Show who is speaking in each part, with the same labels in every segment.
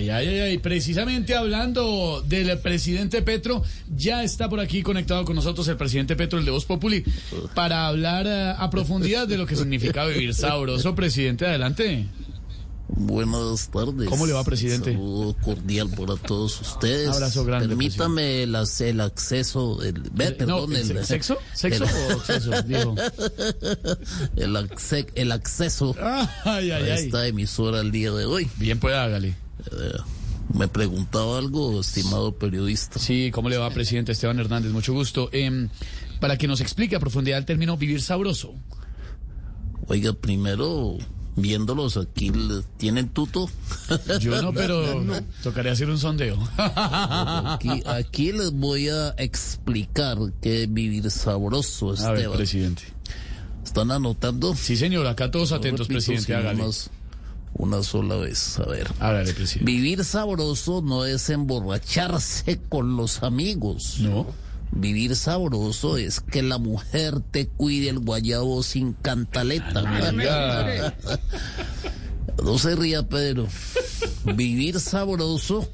Speaker 1: Ay, ay, ay, ay. Precisamente hablando del presidente Petro, ya está por aquí conectado con nosotros el presidente Petro, el de Voz Populi, para hablar eh, a profundidad de lo que significa vivir sabroso. Presidente, adelante.
Speaker 2: Buenas tardes.
Speaker 1: ¿Cómo le va, presidente?
Speaker 2: Saludo cordial para todos ustedes.
Speaker 1: Abrazo grande, Eh,
Speaker 2: Permítame el ac- el acceso, el, ve, perdón,
Speaker 1: No,
Speaker 2: el,
Speaker 1: ¿se- ¿Sexo? ¿Sexo o acceso? Digo.
Speaker 2: el acce- el acceso
Speaker 1: Ay,
Speaker 2: a
Speaker 1: ay, ay.
Speaker 2: esta emisora el día de hoy.
Speaker 1: Bien, pues hágale.
Speaker 2: Eh, me preguntaba algo, estimado periodista.
Speaker 1: Sí, ¿cómo le va, presidente Esteban Hernández? Mucho gusto. Em, para que nos explique a profundidad el término vivir sabroso.
Speaker 2: Oiga, primero, viéndolos aquí, le- ¿tienen tuto?
Speaker 1: Yo no, pero tocaría hacer un sondeo.
Speaker 2: Aquí, aquí les voy a explicar qué es vivir sabroso,
Speaker 1: A ver,
Speaker 2: Esteban.
Speaker 1: presidente.
Speaker 2: ¿Están anotando?
Speaker 1: Sí, señor, acá todos atentos,
Speaker 2: Repito,
Speaker 1: presidente,
Speaker 2: sí,
Speaker 1: hágale.
Speaker 2: nomás Una sola vez, a ver.
Speaker 1: Hágale, presidente.
Speaker 2: Vivir sabroso no es emborracharse con los amigos.
Speaker 1: No.
Speaker 2: Vivir sabroso es que la mujer te cuide el guayabo sin
Speaker 1: Ah,
Speaker 2: cantaleta.
Speaker 1: Oiga,
Speaker 2: No se ría, Pedro. Vivir sabroso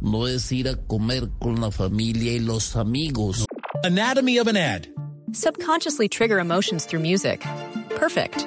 Speaker 2: no es ir a comer con la familia y los amigos.
Speaker 3: Anatomy of an ad.
Speaker 4: Subconsciously trigger emotions through music. Perfect.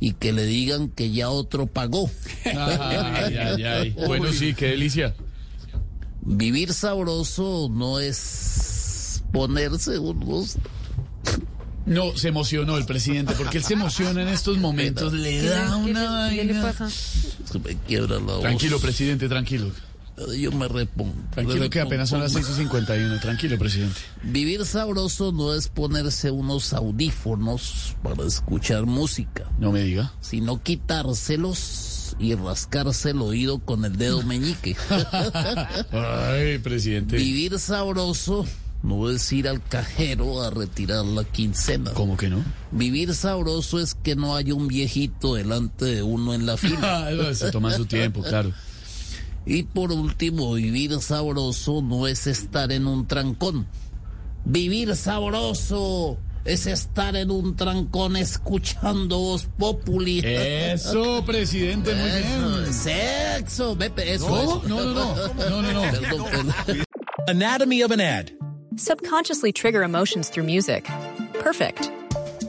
Speaker 2: y que le digan que ya otro pagó.
Speaker 1: ay, ay, ay. Bueno, sí, qué delicia.
Speaker 2: Vivir sabroso no es ponerse unos.
Speaker 1: No, se emocionó el presidente, porque él se emociona en estos momentos, le da una vaina.
Speaker 2: Se me quiebra la voz.
Speaker 1: Tranquilo, presidente, tranquilo.
Speaker 2: Yo me repongo.
Speaker 1: Tranquilo, que apenas son las 6 y 51. Tranquilo, presidente.
Speaker 2: Vivir sabroso no es ponerse unos audífonos para escuchar música,
Speaker 1: No me diga.
Speaker 2: sino quitárselos y rascarse el oído con el dedo meñique.
Speaker 1: Ay, presidente.
Speaker 2: Vivir sabroso no es ir al cajero a retirar la quincena.
Speaker 1: ¿Cómo que no?
Speaker 2: Vivir sabroso es que no haya un viejito delante de uno en la fila.
Speaker 1: Ah, no, se toma su tiempo, claro.
Speaker 2: Y por último, vivir sabroso no es estar en un trancón. Vivir sabroso es estar en un trancón escuchando voz populi.
Speaker 1: Eh. Eso, presidente, muy
Speaker 2: Eso,
Speaker 1: bien.
Speaker 2: sexo, Pepe, eso.
Speaker 1: ¿Cómo?
Speaker 2: eso.
Speaker 1: No, no, no. No, no, no.
Speaker 2: Perdón, perdón.
Speaker 3: Anatomy of an ad.
Speaker 4: Subconsciously trigger emotions through music. Perfect.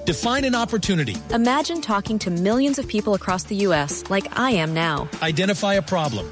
Speaker 3: Define an opportunity.
Speaker 4: Imagine talking to millions of people across the U.S. like I am now.
Speaker 3: Identify a problem.